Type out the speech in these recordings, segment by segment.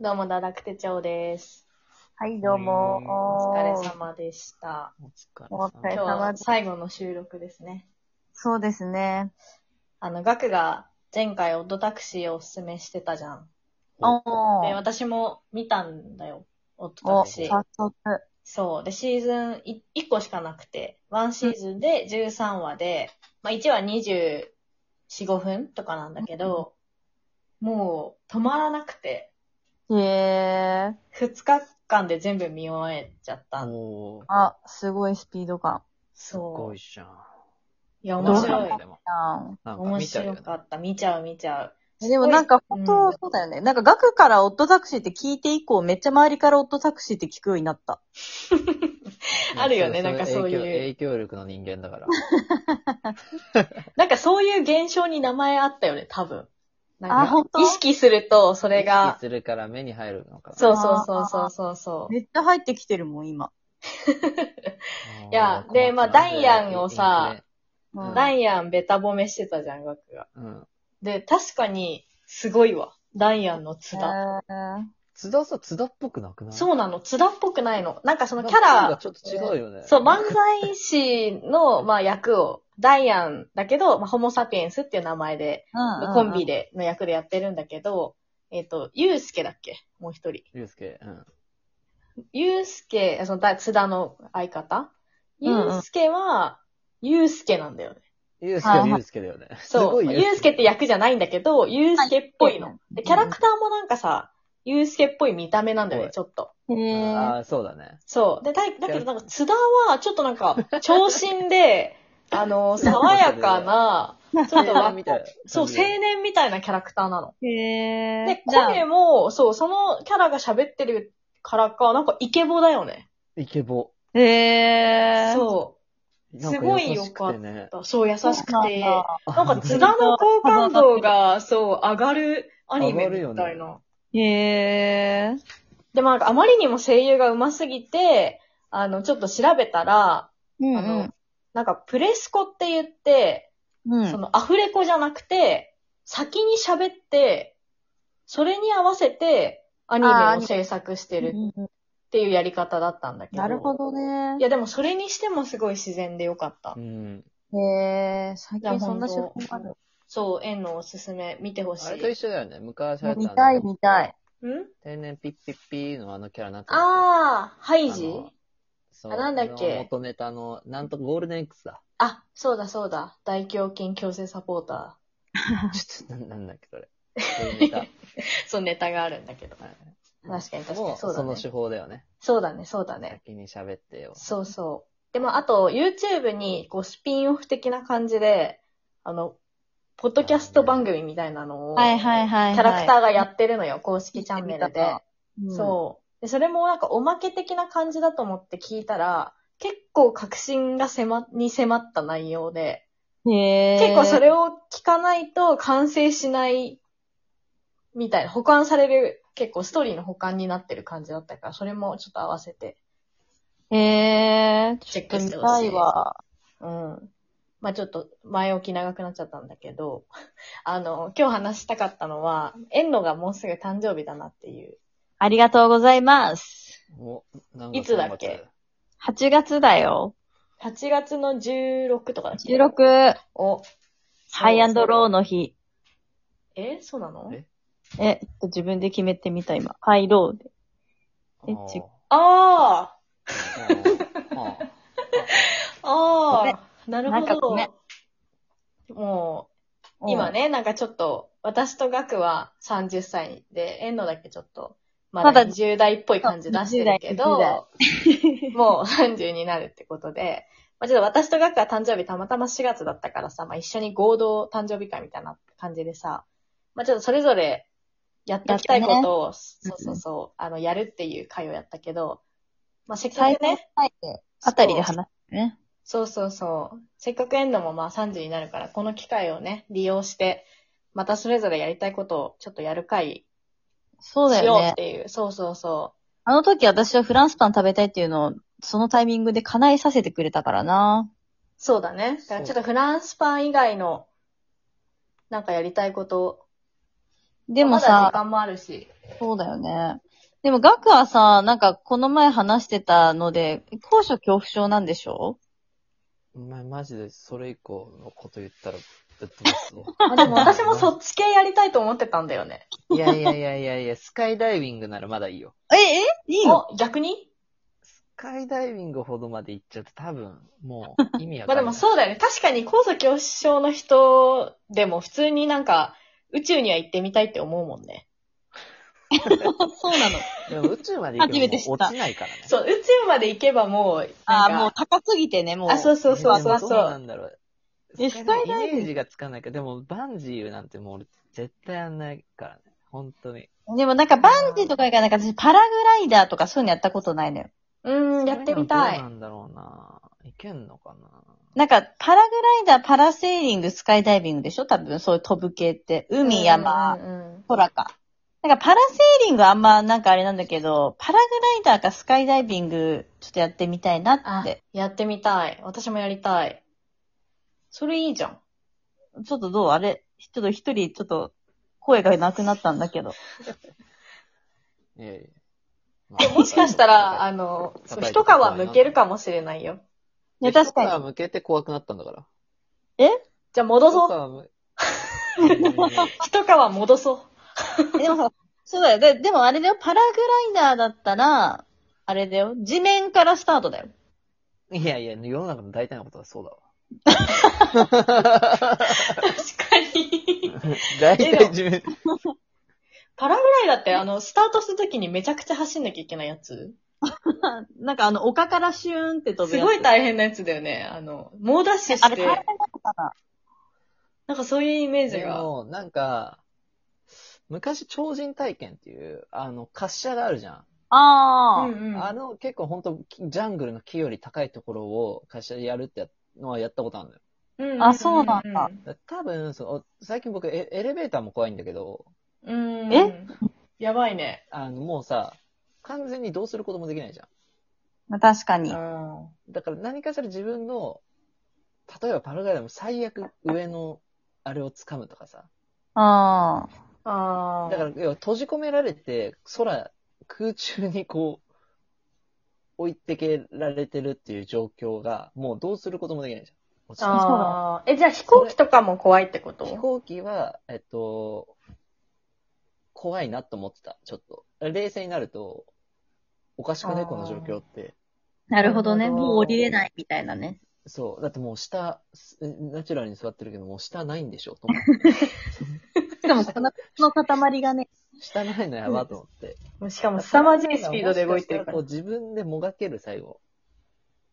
どうも、だだくてちょうです。はい、どうも。お疲れ様でした。お疲れお様疲れで今す。日様はです最後の収録ですね。そうですね。あの、ガクが前回オッドタクシーをおすすめしてたじゃん。おで、ー。私も見たんだよ。オッドタお、クシ早ー。速。そう。で、シーズンい1個しかなくて、1シーズンで13話で、まあ1話24、5分とかなんだけど、もう止まらなくて、へー。 2日間で全部見終えちゃったの。おー、あ、すごいスピード感。すそごう。いじゃん。いや、面面白白いい。でも、あなんか面見ちゃうよ白ね。かった。見ちゃう見ちゃう。ーでもなんか本うん当そうだよね。なんか学からオットタクシーって聞いて以降、めっちゃ周りからオットタクシーって聞くようになった。あるよねいやなんかそういう影響影響力の人間だから。なんかそういう現象に名前あったよね、多分。なあん本か当意識すると、そそれが、するから目に入るのかな。そうそうそうそうそうそう。めっちゃ入ってきてるもん、今。あーいや困ったでまあなダイアンをさ、ううんんダイアンベタ褒めしてたじゃん、ガクが。インフレうん。で、確かに、すごいわ。ダイアンの津田。へー津田さ、津田っぽくなくないそうなの、津田っぽくないの。なんかそなのんかキャなんかラ、ちょっと違うよね。そう、漫才師の、 まあ役を、ダイアンだけど、まあホモサピエンスっていう名前で、うんうんうんコンビ。での役でやってるんだけど、えっ、と、ユうスケだっけもう一人。ゆうすけ。うん。ゆうすけ、その、だ津田の相方うんうんゆうすけは、ゆうすけなんだよね。ゆうすけはいははいゆうすけだよね。すそごう。いゆうすけって役じゃないんだけど、ゆうすけっぽいの。で、キャラクターもなんかさ、ゆうすけっぽい見た目なんだよね、ちょっと。へー。ああ、そうだね。そう。で、だいだけどなんか、津田は、ちょっとなんか、長身で、 あの、爽やかな、ちょっと青わ 年みたいな感じそう、青年みたいなキャラクターなの。へー。で、じゃあ声も、そう、そのキャラが喋ってるからか、なんかイケボだよね。イケボ。へー。そなんかすごい優しくてねう。そう、優しくて。ななんか津田の好感度が、そう、上がるアニメみ上たがるいな。よへー。でもなんかあまりにも声優が上手すぎて、あの、ちょっと調べたら、うんあの、なんかプレスコって言って、うん。うんそのアフレコじゃなくて、先に喋って、それに合わせてアニあーアメをニメ制作してるうんうんうんっていうやり方だったんだけど。なるほどねい。やでもそれにしてもすごい自然でよかった。うん。へえ、最いや近そんなほ出んと版ある。そう、園のおすすめ見てほしあれい。と一緒だよね。昔流行っ見たたあいの見たい。ん天然ピッピッピーのあのキャラなんてあ、ああ、ハイあジのそうあなんだっけあの元ネタの、なんとゴールデン X だ。 あ、そうだそうだ。大胸筋強制サポータちょっと、なんなんだっけ、そ れ。ゴールデンネタ。ー。そう、ネタがあるんだけど。はい確かに確かもに。う、そうだそねの。手法だよね。そうだね、そうだね。先に喋ってよ。そうそう。でも、あと、YouTube に、こう、スピンオフ的な感じで、あの、ポッドキャスト番組みたいなのを、キはいはいはいはい。ャラクターがやってるのよ、公式チャンネル見てみでた。うんそう。で、それもなんかおまけ的な感じだと思って聞いたら、結構確信が迫、に迫った内容で、へえ。結構それを聞かないと完成しない、みたいな、保管される、結構ストーリーの保管になってる感じだったから、それもちょっと合わせて、へえ。チェックちょっとし見てほたしい。いわ。うん。まあちょっと前置き長くなっちゃったんだけど、 あの、今日話したかったのは、遠野がもうすぐ誕生日だなっていう。ありがとうございます。おなんいつだっけ8月だよ。 8月の16とかだっけ16、お。ハイアンドローの日。えそうなのええ、自分で決めてみた今。ハイローで。えちああああああああなるなんかほごめんど。もう、今。ね、なんかちょっと、私とガクは30歳で、遠野だけちょっと、ままだだ20代っぽい感じ出してるけ20代ど、もう30になるってことで、まあ、ちょっと私とガクは誕生日たまたま4月だったからさ、まあ、一緒に合同誕生日会みたいな感じでさ、まあ、ちょっとそれぞれやっていきたいことを、そうそうそう、あの、やるっていう会をやったけど、まあ、せっか 最くね、はい。あたりで話すね。そうそうそう。せっかくエンドもまあ30になるから、この機会をね、利用して、またそれぞれやりたいことをちょっとやる会そうだしよようっね。ていう。そうそうそあの時私はフランスパン食べたいっていうのを、そのタイミングで叶えさせてくれたからな。う。そうだね。だからちょっとフランスパン以外の、なんかやりたいこと、でもまださ時、間もあるし。そうだよね。でも、ガクはさ、なんか、この前話してたので、高所恐怖症なんでしょ お前マジでそれ以降のこと言ったらぶっ飛 ばすぞ。あでも私もそっち系やりたいと思ってたんだよね。いやいやいやいやいや、スカイダイビングならまだいいよ。え、えいいのお、逆にスカイダイビングほどまで行っちゃうと多分、もう意味わ まかあでんない。もそうだよね。確かに高所恐怖症の人でも普通になんか宇宙には行ってみたいって思うもんね。そうなの。でも宇宙まで行く初めて知ったもう落ちないからね。そう、宇宙まで行けばもう、あなーんもうか、高すぎてね、もう。あ、そうそうそうでそもうどそうなんだろう。えスカイダイビングイメージがつかないから、でもバンジーなんてもう俺絶対やんないからね。本当に。でもなんか、バンジーとか行かなんか私、パラグライダーとかそういうのやったことないのよ。う。うん、やってみた。どうないんだろうな。いけんのかな。なんか、パラグライダー、パラセーリング、スカイダイビングでしょ多分、そういう飛ぶ系って。海、山、うんうんうん空か。なんか、パラセーリングあんま、なんかあれなんだけど、パラグライダーかスカイダイビング、ちょっとやってみたいなっあて。、やってみたい。私もやりたい。それいいじゃん。ちょっとどうあれ、ちょっと一人、ちょっと、声がなくなったんだけど。いやいや。まあ もしかしたら、あ の、そう一皮剥けるかもしれないよ。いや、確かに。向けて怖くなったんだから。じゃあ戻そう。一皮む 一皮戻そう。に。 でもさ、そうだよ。で、でもあれだよ、パラグライダーだったら、あれだよ、地面からスタートだよ。いやいや、世の中の大体のことはそ うだわ。 確かに。大体自分。 パラグライダーって、あの、スタートするときにめちゃくちゃ走んなきゃいけないやつ なんかあの、丘からシューンって飛ぶすやつ。ごい大変なやつだよね。あの、猛ダッシュあしれて、大変だったかなんかそういうイメージでが。も、なんか、昔超人体験っていう、あの、滑車があるじゃん。な。あー。うんうんあの、結構ほんと、ジャングルの木より高いところを滑車でやるってやのはやったことあるのよ。うんあそうなんだ。だ多分、その、最近僕エ、エレベーターも怖いんだけど、うんうん。えやばいね。あの、もうさ、完全にどうすることもできないじゃん。まあ、確かに。うんだから何かしら自分の、例えばパラグライダーも最悪上のあれを掴むとかさ。あー。ああ。だから要は閉じ込められて空、空中にこう、置いてけられてるっていう状況が、もうどうすることもできないじゃん落ちた。あーえ、じゃあ飛行機とかも怖いってこと飛行機は、えっと、怖いなと思ってた、ちょっと。冷静になると、おかしくなあいーこの状況って。なるほどねもう降りれないみたいなね。そう。だってもう下、すナチュラルに座ってるけど、もう下ないんでしょと思って。しかも、この、の塊がね。下ないのやばと思って。しかも凄まじいスピードで動いてるかもらし。したこう自分でもがける最後。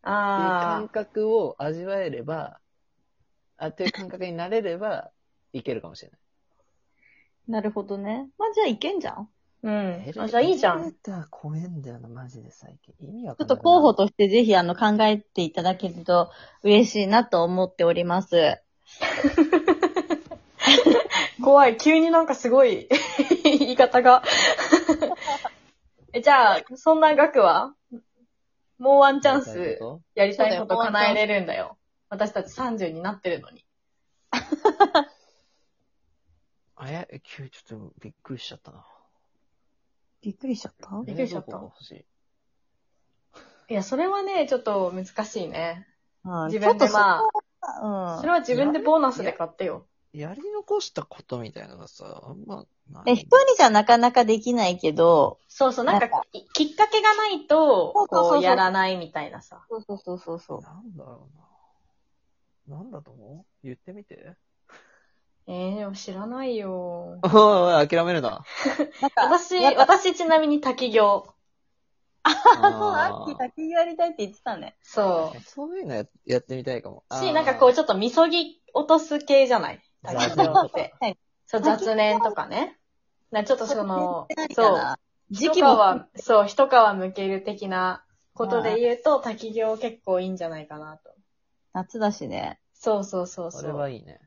っていうあ感覚を味わえれば、あ、っていう感覚になれれば、いけるかもしれなるほどね。まあ、じゃあいけんじゃん。あ。うない。ん。あ、じゃあいいじゃエレん。ベーター怖えんだよな、マジで最近。意味わちょかっんとない。候補としてぜひあの考えていただけると嬉しいなと思っております。怖い。急になんかすごい言い方が。 え、じゃあ、そんな額はもうワンチャンやりたいスこやりたいこそうだよともうワンチャンス叶えれるんだよ。私たち30になってるのに。とあや、急、ちょっとびっくりしちゃったな。びっくりしちゃったびっくりしちゃった冷蔵庫が欲しいいや、それはね、ちょっと難しいね。うん、自分でまああ、それは自分でボーナスで買ってよ。やり残したことみたいなのがさ、あんまない。え、一人じゃなかなかできないけど、そうそう、なんなんかか、いきっかけがないと、そうそうそうそうこう、やらないみたいなさ。そうそうそうそうそなんだろうな。なんだと思う言ってみて。えー、でも知らないよ。おいおい、諦めるな。私、やっぱ私ちなみに滝行。ああ、そうだ、ア ッキーー滝やりたいって言ってたね。そそういうのややってみたいかも。う。し、なんかこう、ちちょっとみそぎ落とす系じゃない雑滝念行とっかて。そう、雑念とかね。なちょっとその、そう、う。時時期期も、は、そう、一皮むける的なことで言うと、滝行結構いいんじゃないかなと。夏だしね。そうそうそうそれはう。いいね。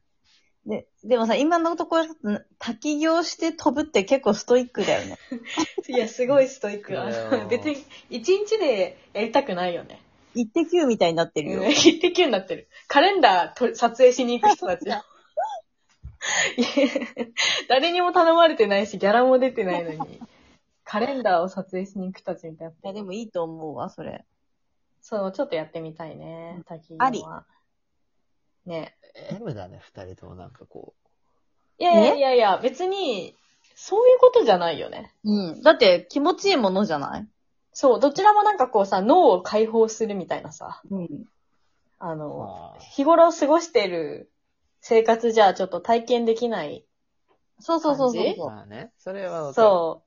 で、でもさ、今のところ、滝行して飛ぶって結構ストイック だよね。いや、すごいストイックだいやいや。 別に、一日でやりたくないよね。イッテ Q みたいになってる よ。一滴になってる。カレンダーと撮影しに行く人たち。いや誰にも頼まれてないし、ギャラも出てないのに、カレンダーを撮影しに行く人たちみたいな。いや、でもいいと思うわ、それ。そう、ちょっとやってみたいね。滝ありは。ね。 M だね、二人ともなんかこいやいやいやいや、別に、そういうことじゃないよね。うん。だって、気持ちいいものじゃないそう、どちらもなんかこうさ、脳を解放するみたいなさ、うん。あう。の、あー日頃過ごしてる生活じゃちょっと体験できない。そうそうそうそう感そう。まあね、それはわかるそ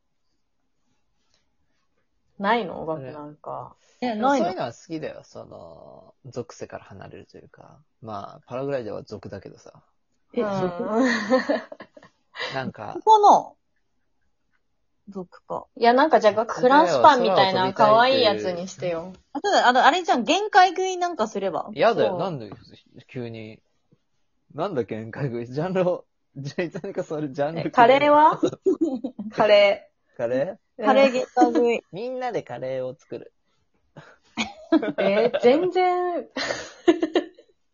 う。ないの音楽なんか。え、でもなそういいうののは好きだよ、その、属性から離れるというか。まあ、パラグライダーは属だけどさ。うえ、ん。そこなんかこ、この、族か。いや、なんかじゃあ、フランスパンみたいな可愛いやつにしてよ。あ、ただ、あの、あれじゃん、限界食いなんかすれば。 嫌だそよ、うなんで急に。なんだ限界食い、ジャンルを、 じゃあ、何かそれジャンルえカレーはカレカレーー。カレー限界食い。みんなでカレーを作る。えー全然、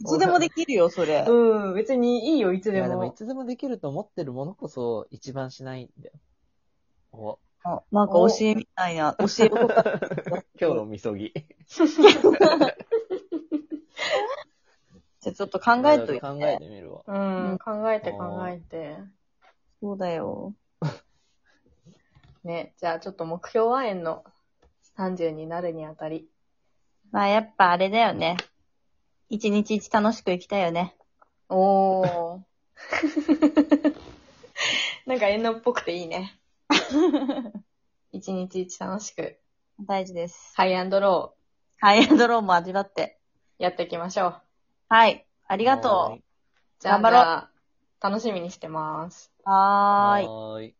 いつでもできるよ、それ。うん、別にいいよ、いついでや、でもいも。つでもできると思ってるものこそ一番しないんだよ。お、あなんか教えみたいな、教えを。今日のみそぎ。じゃあちょっと考えといて。考えてみるわ。うん、うん考えて考えて。そうだよ。ね、じゃあちょっと目標は円の30になるにあたり。まあやっぱあれだよね。一日一楽しく生きたいよね。おー。 なんか円のっぽくていいね。一日一楽しく、大事です。ハイアンドロハイアン ドローも味わって。ーやっていきましょう。はい。あありがとじゃあ、頑張ろうじゃあ楽しみにしてます。う。はーい。はーい。